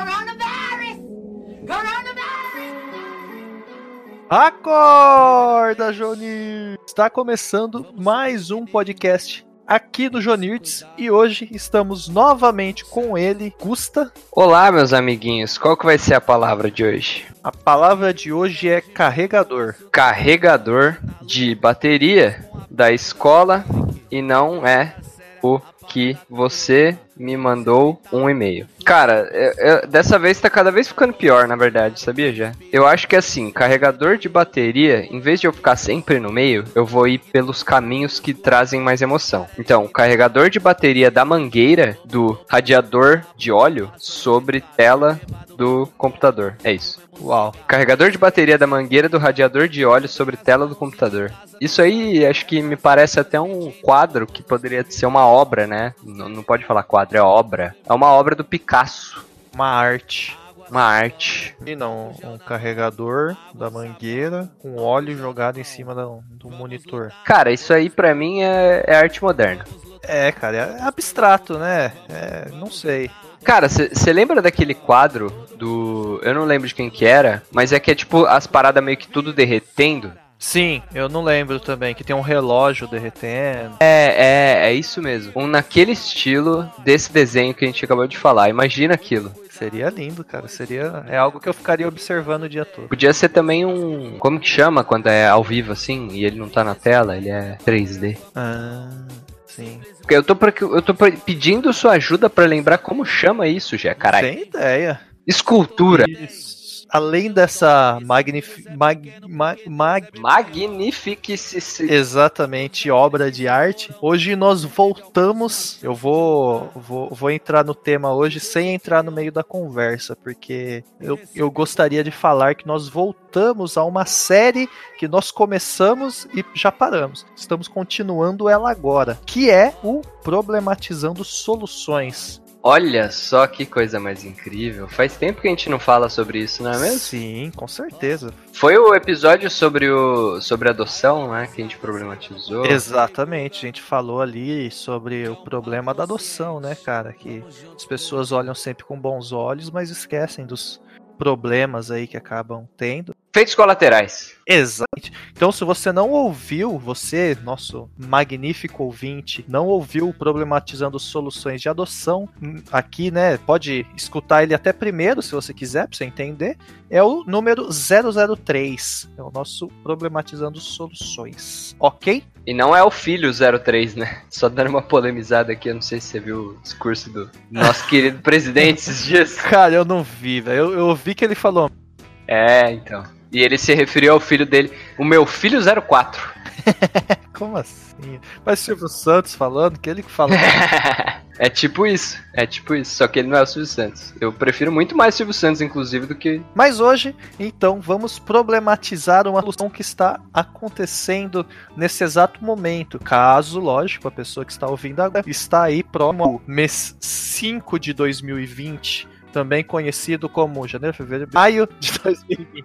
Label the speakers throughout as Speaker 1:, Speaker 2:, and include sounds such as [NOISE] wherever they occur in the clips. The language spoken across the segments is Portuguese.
Speaker 1: Coronavirus! Coronavirus!
Speaker 2: Acorda, Jonir! Está começando mais um podcast aqui do Jonirts e hoje estamos novamente com ele, Gusta.
Speaker 3: Olá, meus amiguinhos. Qual que vai ser a palavra de hoje?
Speaker 2: A palavra de hoje é carregador.
Speaker 3: Carregador de bateria da escola e não é o que você me mandou um e-mail. Cara, eu- eu- dessa vez tá cada vez ficando pior, na verdade, sabia já? Eu acho que assim, carregador de bateria, em vez de eu ficar sempre no meio, eu vou ir pelos caminhos que trazem mais emoção. Então, carregador de bateria da mangueira do radiador de óleo sobre tela do computador. É isso.
Speaker 2: Uau.
Speaker 3: Carregador de bateria da mangueira do radiador de óleo sobre tela do computador. Isso aí acho que me parece até um quadro que poderia ser uma obra, né? N- não pode falar quadro, é obra. É uma obra do Picasso.
Speaker 2: Uma arte.
Speaker 3: Uma arte.
Speaker 2: E não, um carregador da mangueira com óleo jogado em cima da- do monitor.
Speaker 3: Cara, isso aí pra mim é, é arte moderna.
Speaker 2: É, cara, é abstrato, né? É, não sei.
Speaker 3: Cara, você lembra daquele quadro do. Eu não lembro de quem que era, mas é que é tipo as paradas meio que tudo derretendo.
Speaker 2: Sim, eu não lembro também que tem um relógio derretendo.
Speaker 3: É, é, é isso mesmo. Um naquele estilo desse desenho que a gente acabou de falar. Imagina aquilo.
Speaker 2: Seria lindo, cara. Seria é algo que eu ficaria observando o dia todo.
Speaker 3: Podia ser também um. Como que chama quando é ao vivo assim e ele não tá na tela? Ele é 3D.
Speaker 2: Ah, sim.
Speaker 3: Porque Eu tô, pra- eu tô pra- pedindo sua ajuda pra lembrar como chama isso, já, caralho.
Speaker 2: Tem ideia.
Speaker 3: Escultura.
Speaker 2: Isso. Além dessa magnif... Mag... Mag... mag-
Speaker 3: Magnifique-se.
Speaker 2: Exatamente, obra de arte. Hoje nós voltamos. Eu vou, vou, vou entrar no tema hoje sem entrar no meio da conversa, porque eu, eu gostaria de falar que nós voltamos a uma série que nós começamos e já paramos. Estamos continuando ela agora, que é o Problematizando Soluções.
Speaker 3: Olha só que coisa mais incrível. Faz tempo que a gente não fala sobre isso, não é mesmo?
Speaker 2: Sim, com certeza.
Speaker 3: Foi o episódio sobre o sobre adoção, né? Que a gente problematizou.
Speaker 2: Exatamente, a gente falou ali sobre o problema da adoção, né, cara? Que as pessoas olham sempre com bons olhos, mas esquecem dos problemas aí que acabam tendo.
Speaker 3: Feitos colaterais.
Speaker 2: Exatamente. Então, se você não ouviu, você, nosso magnífico ouvinte, não ouviu o Problematizando Soluções de Adoção, hum, aqui, né? Pode escutar ele até primeiro, se você quiser, pra você entender. É o número 003. É o nosso Problematizando Soluções. Ok?
Speaker 3: E não é o filho 03, né? Só dando uma polemizada aqui, eu não sei se você viu o discurso do nosso querido presidente esses dias.
Speaker 2: Cara, eu não vi, velho. Eu, eu ouvi que ele falou.
Speaker 3: É, então. E ele se referiu ao filho dele, o meu filho 04.
Speaker 2: Como assim? Mas Silvio Santos falando, que ele que falou.
Speaker 3: [LAUGHS] é tipo isso, é tipo isso, só que ele não é o Silvio Santos. Eu prefiro muito mais Silvio Santos, inclusive, do que.
Speaker 2: Mas hoje, então, vamos problematizar uma solução que está acontecendo nesse exato momento. Caso, lógico, a pessoa que está ouvindo agora está aí próximo ao mês 5 de 2020. Também conhecido como janeiro, fevereiro, maio de [LAUGHS] 2020.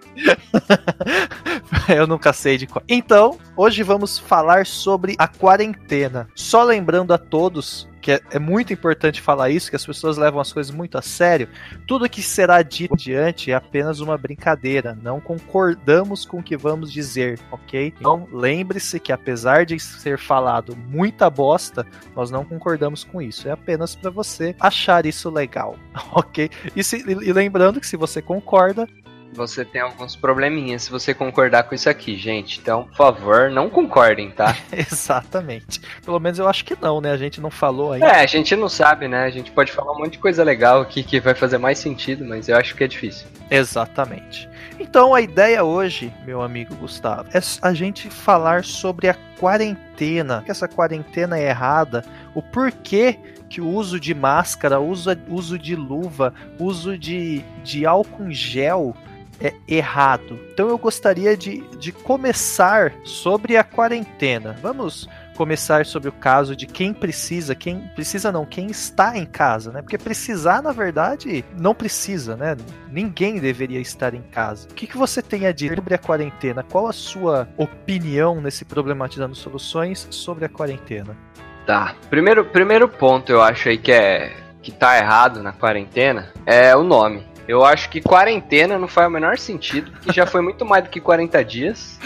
Speaker 2: Eu nunca sei de qual. Então, hoje vamos falar sobre a quarentena. Só lembrando a todos que é- é muito importante falar isso, que as pessoas levam as coisas muito a sério. Tudo que será dito adiante é apenas uma brincadeira. Não concordamos com o que vamos dizer, ok? Então lembre-se que apesar de ser falado muita bosta, nós não concordamos com isso. É apenas para você achar isso legal, [LAUGHS] ok? E, se- e lembrando que se você concorda, [LAUGHS]
Speaker 3: Você tem alguns probleminhas se você concordar com isso aqui, gente. Então, por favor, não concordem, tá?
Speaker 2: exatamente. Pelo menos eu acho que não, né? A gente não falou ainda.
Speaker 3: É, a gente não sabe, né? A gente pode falar um monte de coisa legal aqui que vai fazer mais sentido, mas eu acho que é difícil.
Speaker 2: Exatamente. Então a ideia hoje, meu amigo Gustavo, é a gente falar sobre a quarentena, que essa quarentena é errada, o porquê que o uso de máscara, uso, uso de luva, uso de, de álcool em gel é errado. Então eu gostaria de, de começar sobre a quarentena. Vamos começar sobre o caso de quem precisa, quem precisa não, quem está em casa, né? Porque precisar, na verdade, não precisa, né? Ninguém deveria estar em casa. O que, que você tem a dizer sobre a quarentena? Qual a sua opinião nesse problematizando soluções sobre a quarentena? [LAUGHS]
Speaker 3: Tá. Primeiro, primeiro ponto eu acho aí que é que tá errado na quarentena é o nome. Eu acho que quarentena não faz o menor sentido, porque já foi muito mais do que 40 dias.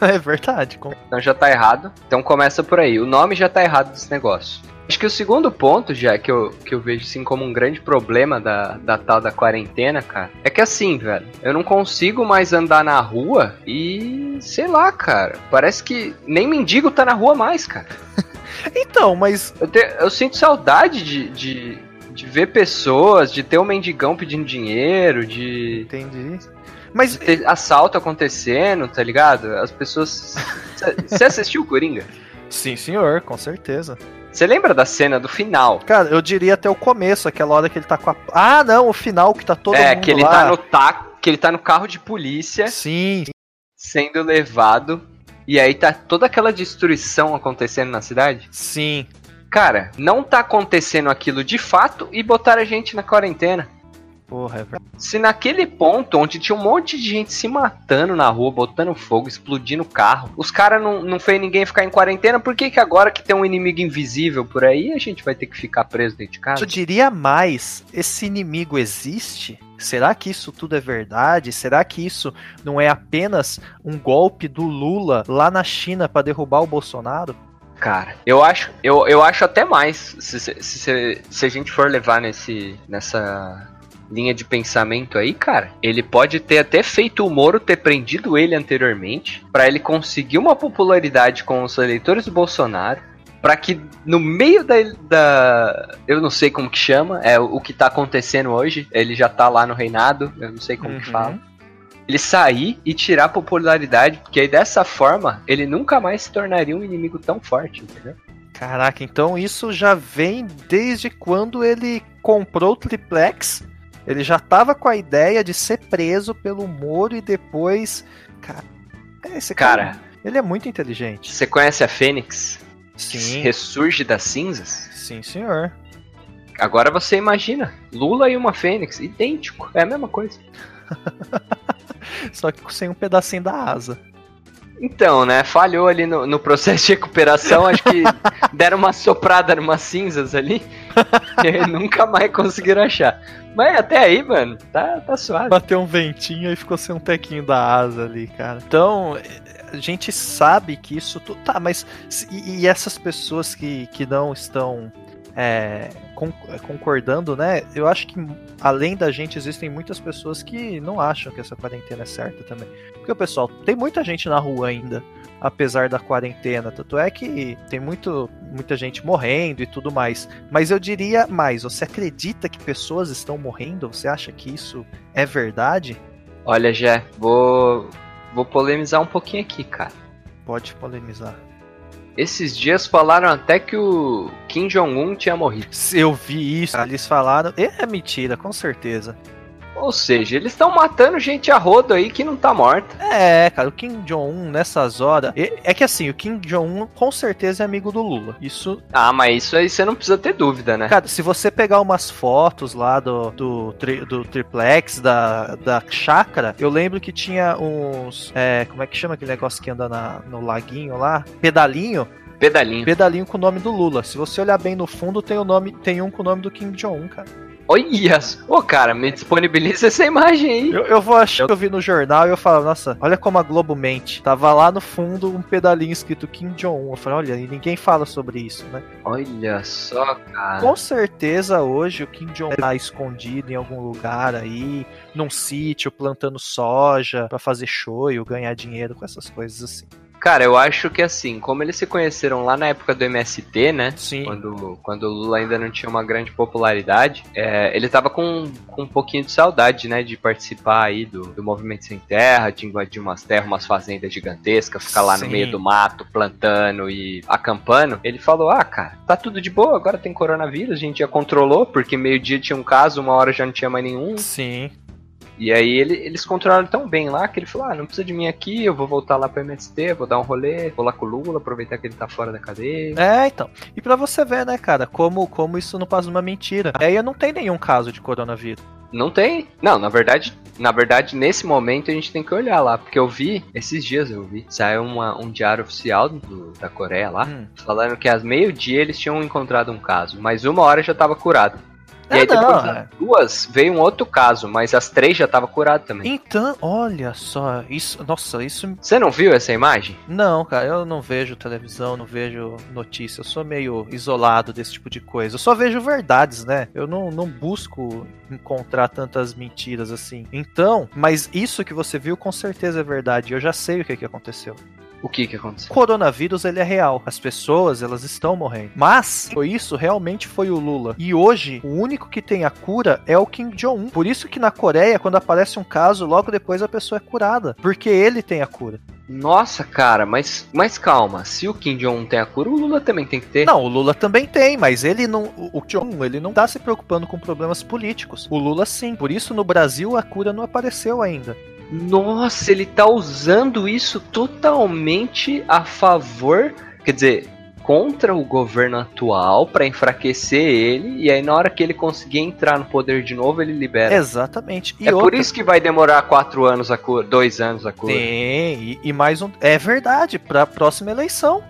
Speaker 2: é verdade. com-
Speaker 3: Então já tá errado. Então começa por aí. O nome já tá errado desse negócio. Acho que o segundo ponto, já que eu, que eu vejo assim como um grande problema da, da tal da quarentena, cara, é que assim, velho, eu não consigo mais andar na rua e sei lá, cara, parece que nem mendigo tá na rua mais, cara.
Speaker 2: Então, mas
Speaker 3: Eu, te- eu sinto saudade de, de, de ver pessoas, de ter um mendigão pedindo dinheiro, de
Speaker 2: entendi. Mas
Speaker 3: ter assalto acontecendo, tá ligado? As pessoas. Você assistiu o Coringa?
Speaker 2: sim, senhor, com certeza.
Speaker 3: Você lembra da cena do final?
Speaker 2: Cara, eu diria até o começo, aquela hora que ele tá com a Ah, não, o final que tá todo
Speaker 3: é,
Speaker 2: mundo
Speaker 3: que ele
Speaker 2: lá.
Speaker 3: tá no taco, que ele tá no carro de polícia
Speaker 2: Sim,
Speaker 3: sendo levado. E aí tá toda aquela destruição acontecendo na cidade.
Speaker 2: sim.
Speaker 3: Cara, não tá acontecendo aquilo de fato e botaram a gente na quarentena.
Speaker 2: Porra, é verdade.
Speaker 3: Se naquele ponto onde tinha um monte de gente se matando na rua, botando fogo, explodindo carro, os caras não, não fez ninguém ficar em quarentena, por que, que agora que tem um inimigo invisível por aí, a gente vai ter que ficar preso dentro de casa?
Speaker 2: Eu diria mais, esse inimigo existe? Será que isso tudo é verdade? Será que isso não é apenas um golpe do Lula lá na China pra derrubar o Bolsonaro?
Speaker 3: Cara, eu acho, eu, eu acho até mais. Se, se, se, se a gente for levar nesse, nessa linha de pensamento aí, cara, ele pode ter até feito o Moro ter prendido ele anteriormente, pra ele conseguir uma popularidade com os eleitores do Bolsonaro, pra que no meio da, da- eu não sei como que chama, é o que tá acontecendo hoje, ele já tá lá no reinado, eu não sei como que
Speaker 2: Uhum.
Speaker 3: fala ele sair e tirar a popularidade, porque aí dessa forma ele nunca mais se tornaria um inimigo tão forte, entendeu?
Speaker 2: Caraca, então isso já vem desde quando ele comprou o triplex. Ele já tava com a ideia de ser preso pelo Moro e depois. Cara, esse cara.
Speaker 3: Cara,
Speaker 2: Ele é muito inteligente.
Speaker 3: você conhece a Fênix? Que
Speaker 2: Sim.
Speaker 3: ressurge das cinzas?
Speaker 2: Sim, senhor.
Speaker 3: Agora você imagina, Lula e uma Fênix, idêntico, é a mesma coisa.
Speaker 2: Só que sem um pedacinho da asa.
Speaker 3: Então, né, falhou ali no, no processo de recuperação, acho que deram uma soprada numas cinzas ali, e aí nunca mais conseguiram achar. Mas até aí, mano, tá, tá suave.
Speaker 2: Bateu um ventinho e ficou sem um tequinho da asa ali, cara. Então, eh, a gente sabe que isso tudo. Tá, mas. se- E, e essas pessoas que, que não estão eh, con- eh, concordando, né? Eu acho que, além da gente, existem muitas pessoas que não acham que essa quarentena é certa também. Porque, pessoal, tem muita gente na rua ainda. Apesar da quarentena, tanto é que tem muito, muita gente morrendo e tudo mais. Mas eu diria mais: você acredita que pessoas estão morrendo? Você acha que isso é verdade?
Speaker 3: Olha, Jé, vou, vou polemizar um pouquinho aqui, cara.
Speaker 2: Pode polemizar.
Speaker 3: Esses dias falaram até que o Kim Jong-un tinha morrido.
Speaker 2: Se eu vi isso, eles falaram. É mentira, com certeza.
Speaker 3: Ou seja, eles estão matando gente a rodo aí que não tá morta.
Speaker 2: É, cara, o Kim Jong-un nessas horas. É é que assim, o Kim Jong-un com certeza é amigo do Lula. Isso.
Speaker 3: Ah, mas isso aí você não precisa ter dúvida, né?
Speaker 2: Cara, se você pegar umas fotos lá do, do, tri- do triplex, da, da chácara, eu lembro que tinha uns. é, como é que chama aquele negócio que anda na- no laguinho lá? Pedalinho.
Speaker 3: Pedalinho.
Speaker 2: pedalinho com o nome do Lula. Se você olhar bem no fundo, tem o nome, tem um com o nome do Kim Jong-un, cara.
Speaker 3: Olha, ô cara, me disponibiliza essa imagem aí.
Speaker 2: Eu, eu vou achar que eu vi no jornal e eu falo, nossa, olha como a Globo mente. Tava lá no fundo um pedalinho escrito Kim Jong-un. Eu falei, olha, e ninguém fala sobre isso, né?
Speaker 3: Olha só, cara.
Speaker 2: Com certeza hoje o Kim Jong-un tá escondido em algum lugar aí, num sítio, plantando soja pra fazer shoyu, ganhar dinheiro com essas coisas assim.
Speaker 3: Cara, eu acho que assim, como eles se conheceram lá na época do MST, né?
Speaker 2: Sim,
Speaker 3: Quando, quando o Lula ainda não tinha uma grande popularidade, é, ele tava com, com um pouquinho de saudade, né? De participar aí do, do Movimento Sem Terra, de invadir umas terras, umas fazendas gigantescas, ficar lá no
Speaker 2: Sim.
Speaker 3: meio do mato, plantando e acampando. Ele falou, ah, cara, tá tudo de boa, agora tem coronavírus, a gente já controlou, porque meio-dia tinha um caso, uma hora já não tinha mais nenhum.
Speaker 2: sim.
Speaker 3: E aí ele- eles controlaram tão bem lá que ele falou: ah, não precisa de mim aqui, eu vou voltar lá pro MST, vou dar um rolê, vou lá com o Lula, aproveitar que ele tá fora da cadeia.
Speaker 2: É, então. E pra você ver, né, cara, como, como isso não passa uma mentira. Aí não tem nenhum caso de coronavírus.
Speaker 3: Não tem. Não, na verdade, na verdade, nesse momento a gente tem que olhar lá, porque eu vi, esses dias eu vi, saiu uma- um diário oficial do- da Coreia lá,
Speaker 2: Hum.
Speaker 3: falando que às meio-dia eles tinham encontrado um caso, mas uma hora já tava curado. E aí
Speaker 2: Ah, não,
Speaker 3: depois
Speaker 2: é.
Speaker 3: das duas veio um outro caso, mas as três já tava curado também.
Speaker 2: Então, olha só, isso, nossa, isso
Speaker 3: Você não viu essa imagem?
Speaker 2: não, cara, eu não vejo televisão, não vejo notícia, eu sou meio isolado desse tipo de coisa. Eu só vejo verdades, né? Eu não, não busco encontrar tantas mentiras assim. Então, mas isso que você viu com certeza é verdade. Eu já sei o que, que aconteceu.
Speaker 3: O que que
Speaker 2: O
Speaker 3: aconteceu?
Speaker 2: coronavírus ele é real. As pessoas elas estão morrendo. Mas foi isso realmente foi o Lula. E hoje o único que tem a cura é o Kim Jong Un. Por isso que na Coreia quando aparece um caso logo depois a pessoa é curada, porque ele tem a cura.
Speaker 3: Nossa, cara, mas, mas calma. Se o Kim Jong-un tem a cura, o Lula também tem que ter.
Speaker 2: Não, o Lula também tem, mas ele não o o Jong Un ele não tá se preocupando com problemas políticos. O Lula sim. Por isso no Brasil a cura não apareceu ainda.
Speaker 3: Nossa, ele tá usando isso totalmente a favor, quer dizer, contra o governo atual pra enfraquecer ele. E aí na hora que ele conseguir entrar no poder de novo, ele libera.
Speaker 2: Exatamente. É, E
Speaker 3: é por
Speaker 2: outra-
Speaker 3: isso que vai demorar quatro anos a cura, dois anos a cura.
Speaker 2: tem e, e mais um é verdade para a próxima eleição.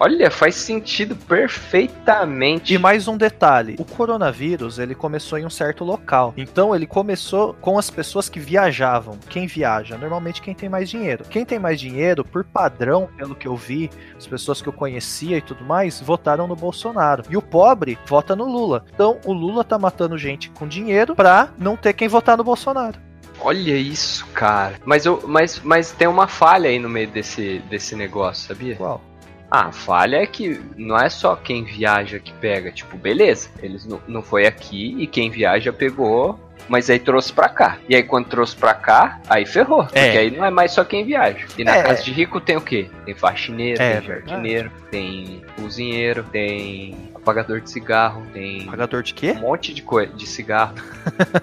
Speaker 3: Olha, faz sentido perfeitamente.
Speaker 2: E mais um detalhe, o coronavírus ele começou em um certo local. Então ele começou com as pessoas que viajavam. Quem viaja? Normalmente quem tem mais dinheiro. Quem tem mais dinheiro, por padrão, pelo que eu vi, as pessoas que eu conhecia e tudo mais, votaram no Bolsonaro. E o pobre vota no Lula. Então o Lula tá matando gente com dinheiro pra não ter quem votar no Bolsonaro.
Speaker 3: Olha isso, cara. Mas, eu, mas, mas tem uma falha aí no meio desse, desse negócio, sabia?
Speaker 2: Qual?
Speaker 3: Ah, a falha é que não é só quem viaja que pega. Tipo, beleza, eles não, não foi aqui e quem viaja pegou, mas aí trouxe pra cá. E aí quando trouxe pra cá, aí ferrou. Porque
Speaker 2: É.
Speaker 3: aí não é mais só quem viaja. E na
Speaker 2: É.
Speaker 3: casa de rico tem o quê? Tem faxineiro,
Speaker 2: É,
Speaker 3: tem jardineiro, tem cozinheiro, tem apagador de cigarro, tem
Speaker 2: Pagador de
Speaker 3: um
Speaker 2: quê?
Speaker 3: monte de coisa de cigarro. [LAUGHS]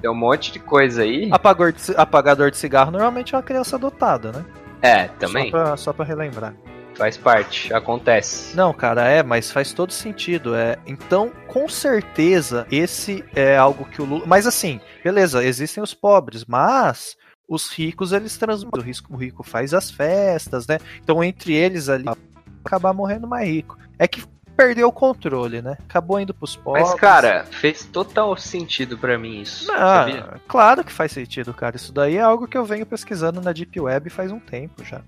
Speaker 3: tem um monte de coisa aí.
Speaker 2: Apagador de, apagador de cigarro normalmente é uma criança adotada, né?
Speaker 3: É,
Speaker 2: Só
Speaker 3: também.
Speaker 2: pra, só pra relembrar.
Speaker 3: Faz parte, acontece.
Speaker 2: Não, cara, é, mas faz todo sentido. É, então, com certeza, esse é algo que o Lula. Mas assim, beleza, existem os pobres, mas os ricos eles transmitem. O risco o rico faz as festas, né? Então, entre eles ali, vai acabar morrendo mais rico. É que perdeu o controle, né? Acabou indo pros pobres.
Speaker 3: Mas, cara, fez total sentido pra mim isso.
Speaker 2: Não,
Speaker 3: sabia?
Speaker 2: Ah, claro que faz sentido, cara. Isso daí é algo que eu venho pesquisando na Deep Web faz um tempo já.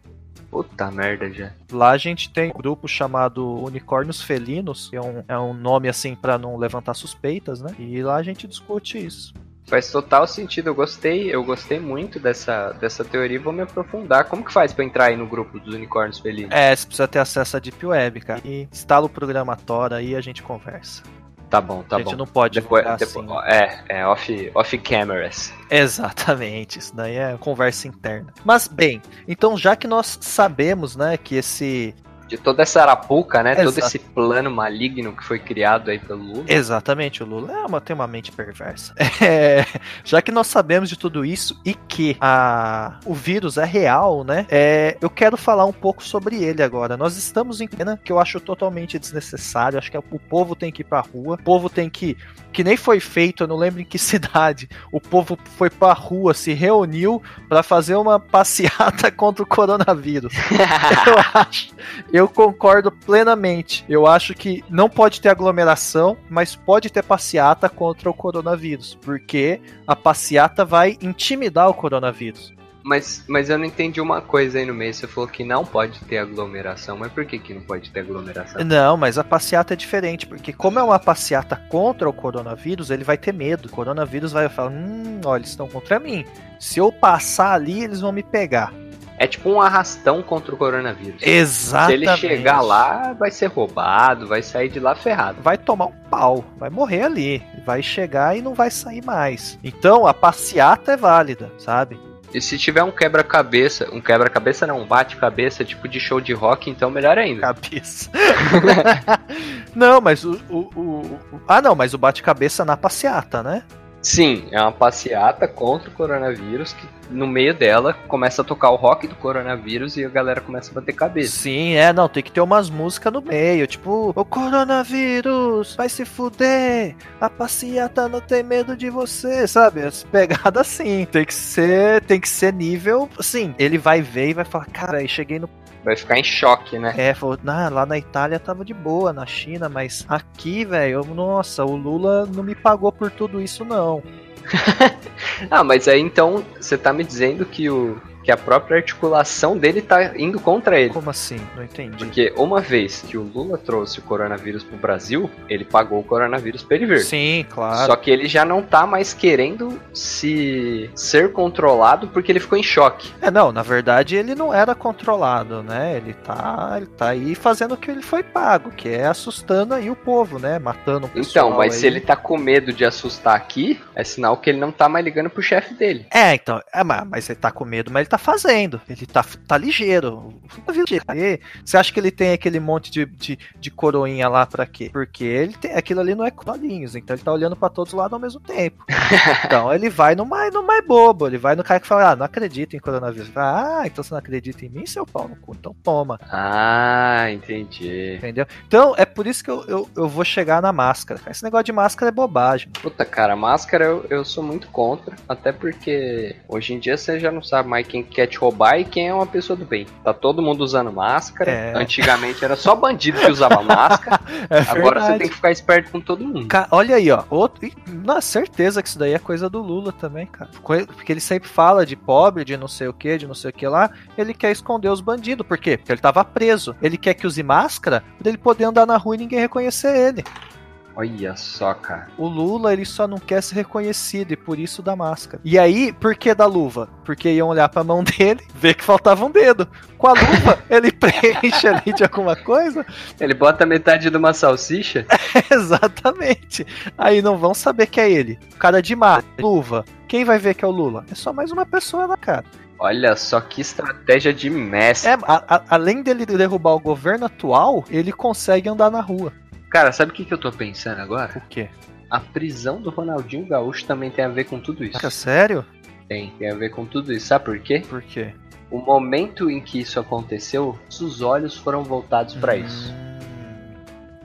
Speaker 3: Puta merda já.
Speaker 2: Lá a gente tem um grupo chamado Unicórnios Felinos, que é um, é um nome assim pra não levantar suspeitas, né? E lá a gente discute isso.
Speaker 3: Faz total sentido, eu gostei, eu gostei muito dessa, dessa teoria, vou me aprofundar. Como que faz pra entrar aí no grupo dos unicórnios felizes?
Speaker 2: É, você precisa ter acesso à Deep Web, cara. E instala o programa Tora e a gente conversa.
Speaker 3: Tá bom, tá
Speaker 2: a gente
Speaker 3: bom.
Speaker 2: não pode
Speaker 3: Depois,
Speaker 2: divulgar
Speaker 3: depois,
Speaker 2: assim.
Speaker 3: é, é off, off cameras.
Speaker 2: Exatamente, isso daí é conversa interna. Mas bem, então já que nós sabemos, né, que esse
Speaker 3: De toda essa arapuca, né? Todo
Speaker 2: Exato.
Speaker 3: esse plano maligno que foi criado aí pelo Lula.
Speaker 2: Exatamente, o Lula é uma, tem uma mente perversa. [LAUGHS] É, já que nós sabemos de tudo isso e que a, o vírus é real, né? é, eu quero falar um pouco sobre ele agora. Nós estamos em pena que eu acho totalmente desnecessário. Acho que é, o povo tem que ir pra rua, o povo tem que. Que nem foi feito, eu não lembro em que [LAUGHS] cidade. O povo foi pra rua, se reuniu pra fazer uma passeata [LAUGHS] contra o [LAUGHS] coronavírus. Eu acho. Eu concordo plenamente. Eu acho que não pode ter aglomeração, mas pode ter passeata contra o coronavírus, porque a passeata vai intimidar o coronavírus.
Speaker 3: mas, mas eu não entendi uma coisa aí no meio. Você falou que não pode ter aglomeração, mas por que, que não pode ter aglomeração?
Speaker 2: Não, mas a passeata é diferente, porque como é uma passeata contra o coronavírus, ele vai ter medo. O coronavírus vai falar: "Hum, olha, eles estão contra mim. Se eu passar ali, eles vão me pegar".
Speaker 3: É tipo um arrastão contra o coronavírus. Se
Speaker 2: Exatamente.
Speaker 3: ele chegar lá, vai ser roubado, vai sair de lá ferrado.
Speaker 2: vai tomar um pau, vai morrer ali, vai chegar e não vai sair mais. Então a passeata é válida, sabe?
Speaker 3: E se tiver um quebra-cabeça, um quebra-cabeça não, um bate-cabeça, tipo de show de rock, então melhor ainda.
Speaker 2: [LAUGHS] Cabeça. não, mas o, o- o- o- Ah, não, mas o bate-cabeça na passeata, né?
Speaker 3: Sim, é uma passeata contra o coronavírus que no meio dela começa a tocar o rock do coronavírus e a galera começa a bater cabeça.
Speaker 2: Sim, é, não, tem que ter umas músicas no meio, tipo, o coronavírus vai se fuder, a passeata não tem medo de você, sabe? As pegadas assim, tem que ser, tem que ser nível, assim, ele vai ver e vai falar, cara, aí cheguei no
Speaker 3: Vai ficar em choque, né?
Speaker 2: É, falou, "Nah, lá na Itália tava de boa, na China, mas aqui, velho, eu- nossa, o Lula não me pagou por tudo isso, não.
Speaker 3: Ah, mas aí então você tá me dizendo que, o, que a própria articulação dele tá indo contra ele.
Speaker 2: Como assim? Não entendi.
Speaker 3: Porque uma vez que o Lula trouxe o coronavírus pro Brasil, ele pagou o coronavírus pra ele vir.
Speaker 2: Sim, claro.
Speaker 3: Só que ele já não tá mais querendo se ser controlado porque ele ficou em choque.
Speaker 2: É, não, na verdade ele não era controlado, né? Ele tá, ele tá aí fazendo o que ele foi pago, que é assustando aí o povo, né? Matando o pessoal.
Speaker 3: Então, mas se
Speaker 2: aí.
Speaker 3: ele tá com medo de assustar aqui, é sinal que ele não tá mais ligando pro chefe dele.
Speaker 2: É, então, é, ma- mas ele tá com medo, mas ele tá fazendo. Ele tá, tá ligeiro. Tá ligeiro. E Você acha que ele tem aquele monte de, de, de coroinha lá pra quê? Porque ele tem, aquilo ali não é colinhos, então ele tá olhando pra todos os lados ao mesmo
Speaker 3: [LAUGHS]
Speaker 2: tempo. Então ele vai no mais, no mais bobo, ele vai no cara que fala, ah, não acredito em coronavírus. Ah, então você não acredita em mim, seu pau no cu, então toma.
Speaker 3: Ah, entendi.
Speaker 2: Entendeu? Então, é por isso que eu, eu, eu vou chegar na máscara. cara. Esse negócio de máscara é bobagem.
Speaker 3: Puta, cara, máscara eu, eu sou muito contra. Até porque hoje em dia você já não sabe mais quem quer te roubar e quem é uma pessoa do bem. Tá todo mundo usando máscara.
Speaker 2: É.
Speaker 3: Antigamente era só bandido
Speaker 2: [LAUGHS]
Speaker 3: que usava máscara.
Speaker 2: É
Speaker 3: Agora você
Speaker 2: verdade.
Speaker 3: tem que ficar esperto com todo mundo.
Speaker 2: Ca- Olha aí, ó. Outro... Ih, Na certeza que isso daí é coisa do Lula também, cara. Co- Porque ele sempre fala de pobre, de não sei o que, de não sei o que lá. Ele quer esconder os bandidos. Por quê? Porque ele tava preso. Ele quer que use máscara pra ele poder andar na rua e ninguém reconhecer ele.
Speaker 3: Olha só, cara.
Speaker 2: O Lula, ele só não quer ser reconhecido e por isso dá máscara. E aí, por que da luva? Porque iam olhar pra mão [LAUGHS] dele, ver que faltava um dedo. Com a luva, ele [LAUGHS] preenche ali de alguma coisa
Speaker 3: Ele bota metade de uma salsicha?
Speaker 2: [LAUGHS] Exatamente. Aí não vão saber que é ele. O cara de mar, luva. Quem vai ver que é o Lula? É só mais uma pessoa na cara.
Speaker 3: Olha só que estratégia de mestre.
Speaker 2: É, a- a- além dele derrubar o governo atual, ele consegue andar na rua.
Speaker 3: Cara, sabe o que, que eu tô pensando agora?
Speaker 2: O quê?
Speaker 3: A prisão do Ronaldinho Gaúcho também tem a ver com tudo isso.
Speaker 2: Cara, sério?
Speaker 3: Tem, tem a ver com tudo isso. Sabe por quê?
Speaker 2: Por quê?
Speaker 3: O momento em que isso aconteceu, os olhos foram voltados pra
Speaker 2: Uhum.
Speaker 3: isso.
Speaker 2: Hum,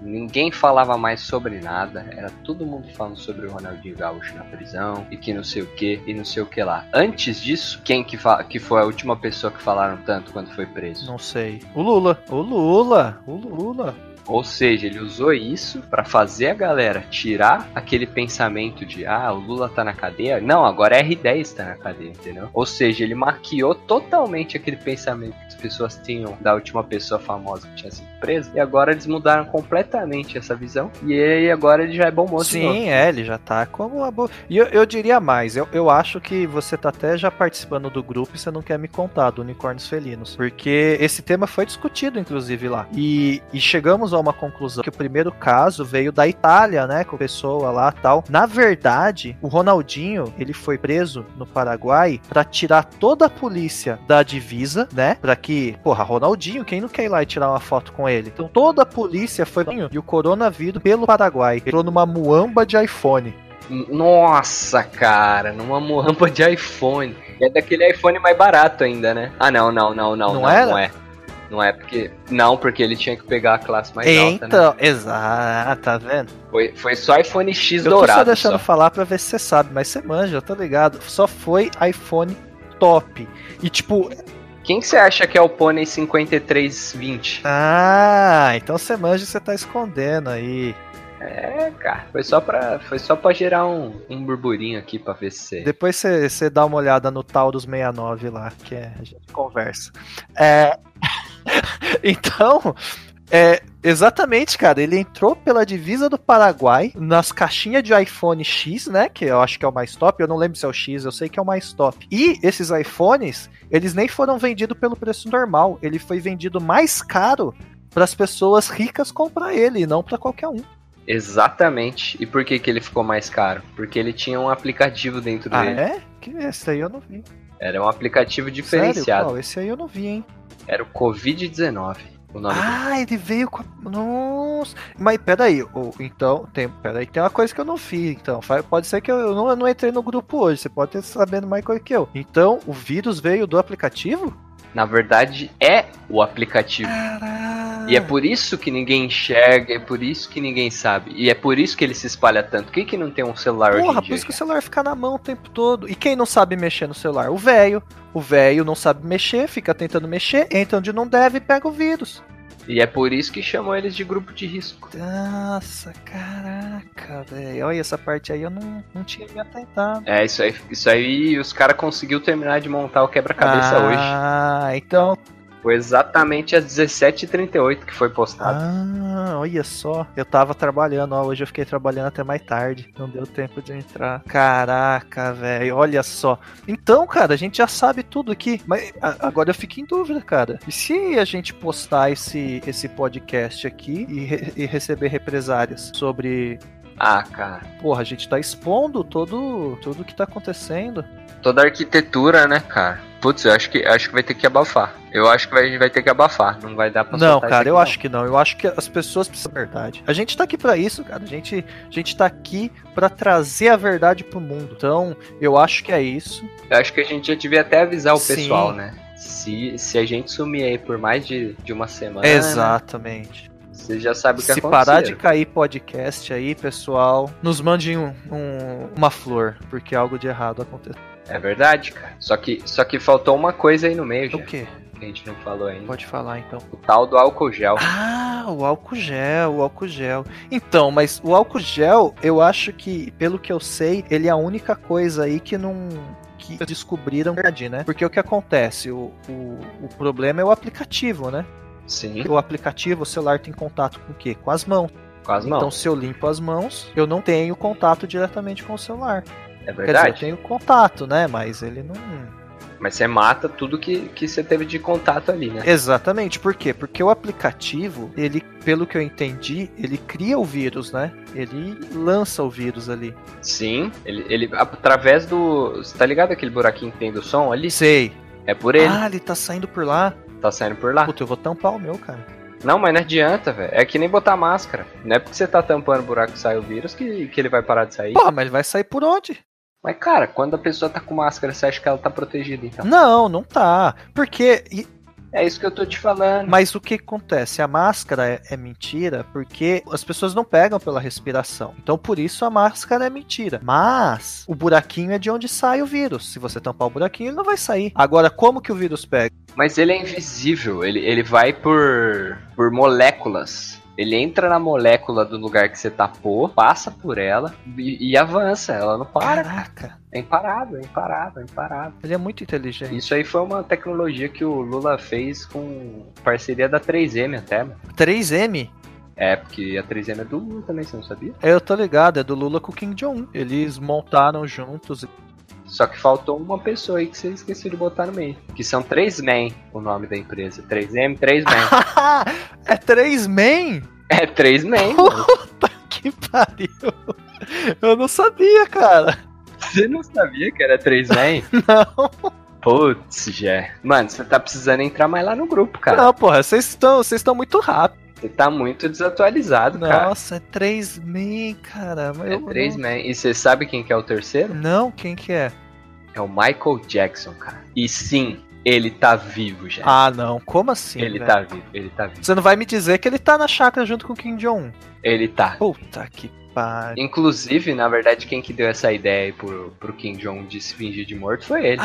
Speaker 3: Ninguém falava mais sobre nada, era todo mundo falando sobre o Ronaldinho Gaúcho na prisão e que não sei o que e não sei o que lá. Antes disso, quem que, fa- que foi a última pessoa que falaram tanto quando foi preso?
Speaker 2: Não sei. O Lula. O Lula. O Lula.
Speaker 3: Ou seja, ele usou isso pra fazer a galera tirar aquele pensamento de ah, o Lula tá na cadeia. Não, agora a R10 tá na cadeia, entendeu? Ou seja, ele maquiou totalmente aquele pensamento que as pessoas tinham da última pessoa famosa que tinha sido presa. E agora eles mudaram completamente essa visão. E aí agora ele já é bom moço de novo.
Speaker 2: Sim, é, ele já tá como uma boa. E eu, eu diria mais, eu, eu acho que você tá até já participando do grupo e você não quer me contar do Unicórnios Felinos. Porque esse tema foi discutido, inclusive, lá. E, e chegamos a uma conclusão que o primeiro caso veio da Itália, né? Com pessoa lá tal. Na verdade, o Ronaldinho, ele foi preso no Paraguai pra tirar toda a polícia da divisa, né? Pra que, porra, Ronaldinho, quem não quer ir lá e tirar uma foto com ele? Então toda a polícia foi e o coronavírus pelo Paraguai. Entrou numa muamba de iPhone.
Speaker 3: Nossa, cara, numa muamba de iPhone. E é daquele iPhone mais barato ainda, né? Ah, não, não, não, não,
Speaker 2: Não
Speaker 3: não,
Speaker 2: era?
Speaker 3: não é. Não é porque. Não, porque ele tinha que pegar a classe mais alta, né?
Speaker 2: então, exato, tá vendo?
Speaker 3: Foi, foi só iPhone X
Speaker 2: eu tô só
Speaker 3: dourado.
Speaker 2: deixando
Speaker 3: só.
Speaker 2: falar pra ver se você sabe, mas você manja, eu tô ligado. Só foi iPhone top. E tipo,
Speaker 3: Quem que você acha que é o Pônei 5320?
Speaker 2: ah, então você manja e você tá escondendo aí.
Speaker 3: É, cara. Foi só pra, foi só pra gerar um, um burburinho aqui pra ver se. você-
Speaker 2: Depois você, você dá uma olhada no Taurus 69 lá, que é, a gente conversa. É, [LAUGHS] então, é, exatamente, cara, ele entrou pela divisa do Paraguai, nas caixinhas de iPhone X, né, que eu acho que é o mais top, eu não lembro se é o X, eu sei que é o mais top. E esses iPhones, eles nem foram vendidos pelo preço normal, ele foi vendido mais caro para as pessoas ricas comprar ele, e não para qualquer um.
Speaker 3: Exatamente. E por que, que ele ficou mais caro? Porque ele tinha um aplicativo dentro
Speaker 2: Ah,
Speaker 3: dele.
Speaker 2: é? Que esse aí eu não vi.
Speaker 3: Era um aplicativo
Speaker 2: Sério?
Speaker 3: diferenciado.
Speaker 2: Qual? Esse aí eu não vi, hein?
Speaker 3: Era o Covid-19. O nome dele.
Speaker 2: Ah, ele veio com. a- Nossa. Mas peraí, o- então, tem, peraí, tem uma coisa que eu não fiz, então. Fa- Pode ser que eu, eu não, eu não entrei no grupo hoje. Você pode ter sabendo mais coisa que eu. Então, o vírus veio do aplicativo?
Speaker 3: Na verdade, é o aplicativo. E
Speaker 2: Ah!
Speaker 3: é por isso que ninguém enxerga, é por isso que ninguém sabe. E é por isso que ele se espalha tanto. Por que, que não tem um celular hoje
Speaker 2: Porra,
Speaker 3: em
Speaker 2: por
Speaker 3: dia?
Speaker 2: isso que o celular fica na mão o tempo todo. E quem não sabe mexer no celular? O velho. O velho não sabe mexer, fica tentando mexer, entra onde não deve e pega o vírus.
Speaker 3: E é por isso que chamam eles de grupo de risco.
Speaker 2: Nossa, caraca, velho. Olha, essa parte aí eu não, não tinha me atentado.
Speaker 3: É, isso aí, isso aí os caras conseguiu terminar de montar o quebra-cabeça hoje.
Speaker 2: Ah, então.
Speaker 3: Foi exatamente às 17h38 que foi postado.
Speaker 2: Ah, olha só. Eu tava trabalhando, ó. Hoje eu fiquei trabalhando até mais tarde. Não deu tempo de entrar. Caraca, velho. Olha só. Então, cara, a gente já sabe tudo aqui. Mas a- agora eu fico em dúvida, cara. E se a gente postar esse, esse podcast aqui e, re- e receber represálias sobre.
Speaker 3: Ah, cara.
Speaker 2: Porra, a gente tá expondo todo, tudo que tá acontecendo.
Speaker 3: Toda a arquitetura, né, cara? Putz, eu acho que, acho que vai ter que abafar. Eu acho que vai- a gente vai ter que abafar. Não vai dar pra
Speaker 2: Não,
Speaker 3: soltar isso
Speaker 2: cara,
Speaker 3: tá aqui,
Speaker 2: eu
Speaker 3: não.
Speaker 2: acho que não. Eu acho que as pessoas precisam da verdade. A gente tá aqui pra isso, cara. A gente, a gente tá aqui pra trazer a verdade pro mundo. Então, eu acho que é isso.
Speaker 3: Eu acho que a gente já devia até avisar o
Speaker 2: Sim.
Speaker 3: pessoal, né? Se, se a gente sumir aí por mais de, de uma semana,
Speaker 2: Exatamente.
Speaker 3: você já É, né? sabe o que
Speaker 2: Se
Speaker 3: aconteceu.
Speaker 2: parar de cair podcast aí, pessoal, nos mandem um- um- uma flor, porque algo de errado aconteceu.
Speaker 3: É verdade, cara. Só que, só que faltou uma coisa aí no meio, já,
Speaker 2: O quê?
Speaker 3: que a gente não falou ainda.
Speaker 2: Pode falar então.
Speaker 3: O tal do álcool gel.
Speaker 2: Ah, o álcool gel, o álcool gel. Então, mas o álcool gel, eu acho que, pelo que eu sei, ele é a única coisa aí que não. que descobriram verdade, né? Porque o que acontece? O, o, o problema é o aplicativo, né?
Speaker 3: Sim,
Speaker 2: O aplicativo, o celular tem contato com o quê? Com as mãos.
Speaker 3: quase não. É
Speaker 2: Então, se eu limpo as mãos, eu não tenho contato diretamente com o celular.
Speaker 3: é
Speaker 2: Quer
Speaker 3: verdade.
Speaker 2: dizer, eu tenho contato, né? Mas ele não.
Speaker 3: Mas você mata tudo que, que você teve de contato ali, né?
Speaker 2: Exatamente, por quê? Porque o aplicativo, ele, pelo que eu entendi, ele cria o vírus, né? Ele lança o vírus ali.
Speaker 3: Sim, ele, ele através do. Você tá ligado aquele buraquinho que tem do som ali?
Speaker 2: Sei.
Speaker 3: É por ele,
Speaker 2: Ah, ele tá saindo por lá.
Speaker 3: tá saindo por lá.
Speaker 2: Ah. Puta, eu vou tampar o meu, cara.
Speaker 3: Não, mas não adianta, velho. É que nem botar máscara. Não é porque você tá tampando o buraco que sai o vírus que, que ele vai parar de sair.
Speaker 2: Porra, mas ele vai sair por onde?
Speaker 3: Mas, cara, quando a pessoa tá com máscara, você acha que ela tá protegida, então.
Speaker 2: Não, não tá. Porque. e-
Speaker 3: É isso que eu tô te falando.
Speaker 2: Mas o que acontece? A máscara é, é mentira porque as pessoas não pegam pela respiração. Então por isso a máscara é mentira. Mas o buraquinho é de onde sai o vírus. Se você tampar o buraquinho, ele não vai sair. Agora, como que o vírus pega?
Speaker 3: Mas ele é invisível, ele, ele vai por, por moléculas. Ele entra na molécula do lugar que você tapou, passa por ela e, e avança. Ela não para.
Speaker 2: Caraca,
Speaker 3: É imparável, é imparável, é imparável.
Speaker 2: ele é muito inteligente.
Speaker 3: Isso aí foi uma tecnologia que o Lula fez com parceria da 3M até, mano.
Speaker 2: 3M,
Speaker 3: É, porque a 3M é do Lula também, você não sabia?
Speaker 2: eu tô ligado, é do Lula com o Kim Jong-un. Eles montaram juntos. [LAUGHS]
Speaker 3: Só que faltou uma pessoa aí que você esqueceu de botar no meio. Que são três men o nome da empresa. 3M, três men.
Speaker 2: é 3 men?
Speaker 3: [LAUGHS] é três men. mano.
Speaker 2: Puta que pariu. Eu não sabia, cara.
Speaker 3: Você não sabia que era três men?
Speaker 2: [LAUGHS] Não,
Speaker 3: Putz, Jé. Mano, você tá precisando entrar mais lá no grupo, cara.
Speaker 2: não porra, vocês estão vocês estão muito rápido.
Speaker 3: Você tá muito desatualizado, cara.
Speaker 2: Nossa, é 3 men, cara. mas
Speaker 3: É
Speaker 2: eu-
Speaker 3: três men. E você sabe quem que é o terceiro?
Speaker 2: Não, quem que é?
Speaker 3: É o Michael Jackson, cara. E sim, ele tá vivo, Jé.
Speaker 2: Ah, não, como assim?
Speaker 3: ele
Speaker 2: velho?
Speaker 3: tá vivo, ele tá vivo.
Speaker 2: Você não vai me dizer que ele tá na chácara junto com o Kim Jong-un.
Speaker 3: Ele tá.
Speaker 2: Puta que pariu.
Speaker 3: Inclusive, na verdade, quem que deu essa ideia aí pro, pro Kim Jong de se fingir de morto foi ele.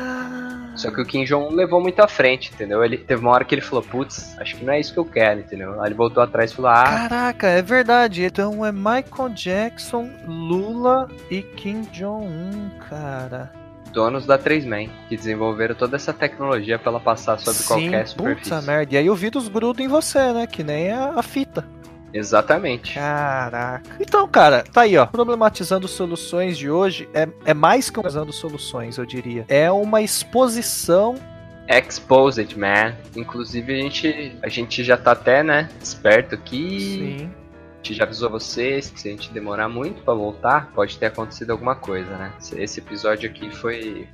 Speaker 2: Ah.
Speaker 3: Só que o Kim Jong um levou muito à frente, entendeu? Ele teve uma hora que ele falou, putz, acho que não é isso que eu quero, entendeu? Aí ele voltou atrás e falou, ah,
Speaker 2: Caraca, é verdade. Então é Michael Jackson, Lula e Kim Jong-un, cara.
Speaker 3: donos da 3Man, que desenvolveram toda essa tecnologia pra ela passar sobre qualquer superfície.
Speaker 2: puta merda. E aí o vírus gruda em você, né? Que nem a, a fita.
Speaker 3: Exatamente.
Speaker 2: Caraca. Então, cara, tá aí, ó. Problematizando soluções de hoje é, é mais que um problematizando soluções, eu diria. É uma exposição.
Speaker 3: Exposed, man. Inclusive, a gente, a gente já tá até, né, esperto aqui.
Speaker 2: Sim.
Speaker 3: A gente já avisou vocês que se a gente demorar muito pra voltar, pode ter acontecido alguma coisa, né? Esse- Esse episódio aqui foi...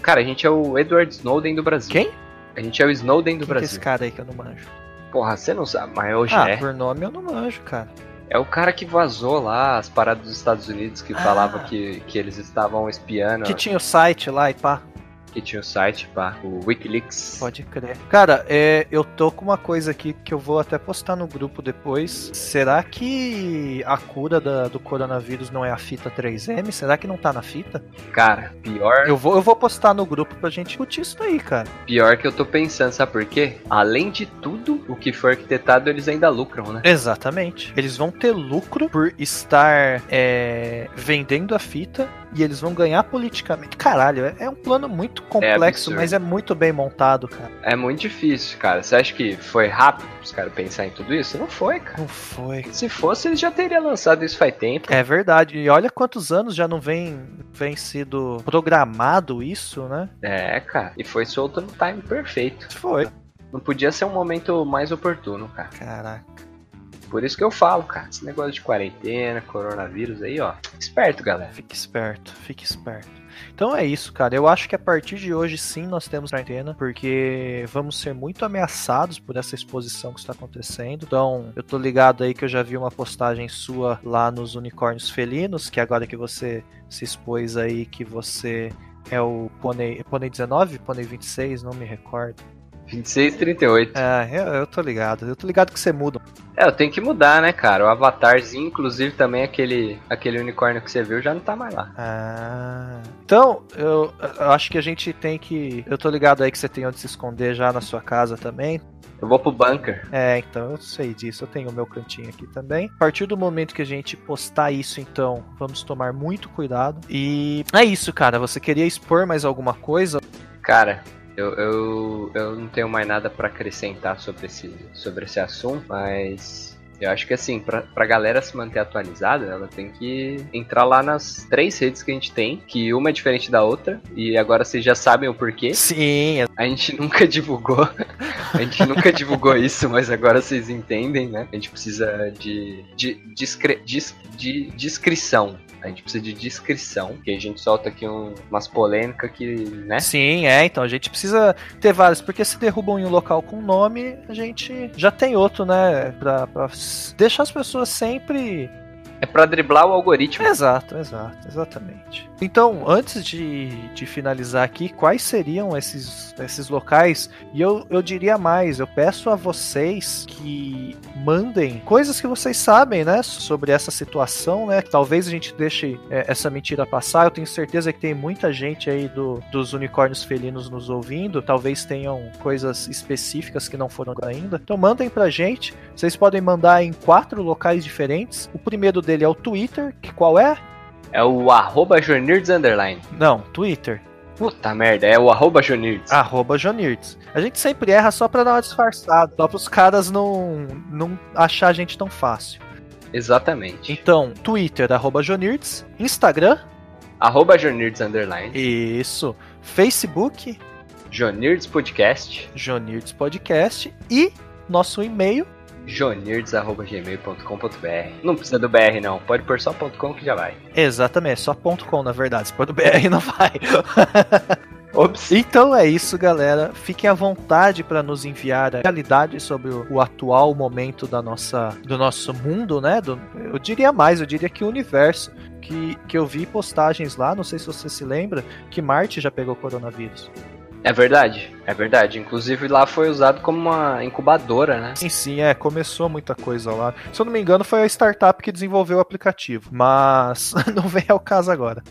Speaker 3: Cara, a gente é o Edward Snowden do Brasil.
Speaker 2: Quem?
Speaker 3: A gente é o Snowden do
Speaker 2: Quem que é esse
Speaker 3: Brasil.
Speaker 2: cara aí que eu não manjo?
Speaker 3: Porra, você não sabe, mas hoje
Speaker 2: ah,
Speaker 3: é.
Speaker 2: por nome eu não manjo, cara.
Speaker 3: É o cara que vazou lá as paradas dos Estados Unidos que
Speaker 2: Ah.
Speaker 3: falava que, que eles estavam espiando.
Speaker 2: Que tinha o site lá e pá.
Speaker 3: Que, que tinha o site, pá, o Wikileaks.
Speaker 2: Pode crer. Cara, é, eu tô com uma coisa aqui que eu vou até postar no grupo depois. Será que a cura da- do coronavírus não é a fita 3M? Será que não tá na fita?
Speaker 3: Cara, pior,
Speaker 2: Eu vou, eu vou postar no grupo pra gente discutir isso daí, cara.
Speaker 3: pior que eu tô pensando, sabe por quê? Além de tudo, o que for arquitetado, eles ainda lucram, né?
Speaker 2: Exatamente. Eles vão ter lucro por estar é, vendendo a fita e eles vão ganhar politicamente. Caralho, é, é um plano muito complexo,
Speaker 3: absurdo.
Speaker 2: mas é muito bem montado, cara.
Speaker 3: É muito difícil, cara. Você acha que foi rápido os caras pensar em tudo isso? Não foi, cara.
Speaker 2: Não foi,
Speaker 3: Se fosse, eles já teriam lançado isso faz tempo.
Speaker 2: É verdade. E olha quantos anos já não vem, vem sido programado isso, né?
Speaker 3: É, cara. E foi solto no time perfeito.
Speaker 2: Foi.
Speaker 3: Não podia ser um momento mais oportuno, cara.
Speaker 2: Caraca.
Speaker 3: Por isso que eu falo, cara. Esse negócio de quarentena, coronavírus aí, ó. Esperto, galera.
Speaker 2: Fique esperto, fique esperto. Então é isso, cara. Eu acho que a partir de hoje sim nós temos quarentena, porque vamos ser muito ameaçados por essa exposição que está acontecendo. Então, eu tô ligado aí que eu já vi uma postagem sua lá nos unicórnios felinos, que agora que você se expôs aí, que você é o Pônei, Pônei 19, Pônei 26, não me recordo.
Speaker 3: 26 38.
Speaker 2: É, eu, eu tô ligado. Eu tô ligado que você muda
Speaker 3: É, eu tenho que mudar, né, cara? O avatarzinho, inclusive, também aquele, aquele unicórnio que você viu, já não tá mais lá.
Speaker 2: Ah. Então, eu, eu acho que a gente tem que. Eu tô ligado aí que você tem onde se esconder já na sua casa também.
Speaker 3: Eu vou pro bunker.
Speaker 2: É, então eu sei disso. Eu tenho o meu cantinho aqui também. A partir do momento que a gente postar isso, então, vamos tomar muito cuidado. E é isso, cara. Você queria expor mais alguma coisa?
Speaker 3: Cara. Eu, eu, eu não tenho mais nada pra acrescentar sobre esse, sobre esse assunto, mas eu acho que assim, pra, pra galera se manter atualizada, ela tem que entrar lá nas três redes que a gente tem, que uma é diferente da outra, e agora vocês já sabem o porquê.
Speaker 2: Sim,
Speaker 3: A gente nunca [LAUGHS] divulgou. A gente nunca divulgou isso, mas agora vocês entendem, né? A gente precisa de, de, discre- dis- de descrição. A gente precisa de descrição, que a gente solta aqui um- umas polêmicas que, né?
Speaker 2: Sim, é, então a gente precisa ter vários, porque se derrubam em um local com nome, a gente já tem outro, né? Pra, pra s- deixar as pessoas sempre
Speaker 3: É pra driblar o algoritmo.
Speaker 2: Exato, exato, exatamente. Então, antes de, de finalizar aqui, quais seriam esses, esses locais? E eu, eu diria mais, eu peço a vocês que mandem coisas que vocês sabem, né? Sobre essa situação, né? Talvez a gente deixe é, essa mentira passar. Eu tenho certeza que tem muita gente aí do, dos unicórnios felinos nos ouvindo. Talvez tenham coisas específicas que não foram ainda. Então mandem pra gente. Vocês podem mandar em quatro locais diferentes. O primeiro dele é o Twitter, que qual é?
Speaker 3: É o arroba Jonirds Underline.
Speaker 2: Não, Twitter.
Speaker 3: Puta merda, é o arroba Jonirds.
Speaker 2: Arroba Jonirds. A gente sempre erra só pra dar uma disfarçada, só pros caras não, não achar a gente tão fácil.
Speaker 3: Exatamente.
Speaker 2: Então, Twitter, arroba Jonirds. Instagram,
Speaker 3: Arroba Jonirds Underline.
Speaker 2: isso. Facebook,
Speaker 3: Jonirds Podcast.
Speaker 2: Jonirds Podcast. E nosso e-mail,
Speaker 3: Jonirds.gmail.com.br. Não precisa do BR, não. Pode pôr só .com que já vai.
Speaker 2: exatamente, é só .com na verdade, se pôr do BR [LAUGHS] não vai.
Speaker 3: Ops.
Speaker 2: Então é isso, galera. Fiquem à vontade para nos enviar a realidade sobre o, o atual momento da nossa, do nosso mundo, né? Do- eu diria mais, eu diria que o universo. Que, que eu vi postagens lá, não sei se você se lembra, que Marte já pegou coronavírus.
Speaker 3: É verdade, é verdade. Inclusive lá foi usado como uma incubadora, né?
Speaker 2: Sim, sim, é, começou muita coisa lá. Se eu não me engano, foi a startup que desenvolveu o aplicativo. Mas [LAUGHS] não vem ao caso agora.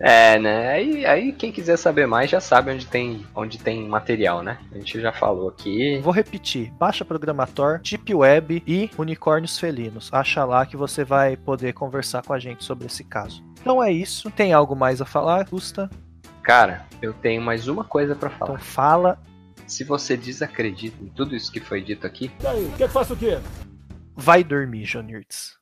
Speaker 3: É, né? Aí, aí quem quiser saber mais já sabe onde tem, onde tem material, né? A gente já falou aqui.
Speaker 2: Vou repetir: baixa Programator, Deep Web e Unicórnios Felinos. Acha lá que você vai poder conversar com a gente sobre esse caso. Então é isso. Tem algo mais a falar, Gusta?
Speaker 3: Cara, eu tenho mais uma coisa pra
Speaker 2: Então
Speaker 3: falar.
Speaker 2: fala.
Speaker 3: Se você desacredita em tudo isso que foi dito aqui,
Speaker 4: E aí, quer que faça o quê?
Speaker 2: Vai dormir, Jonirds.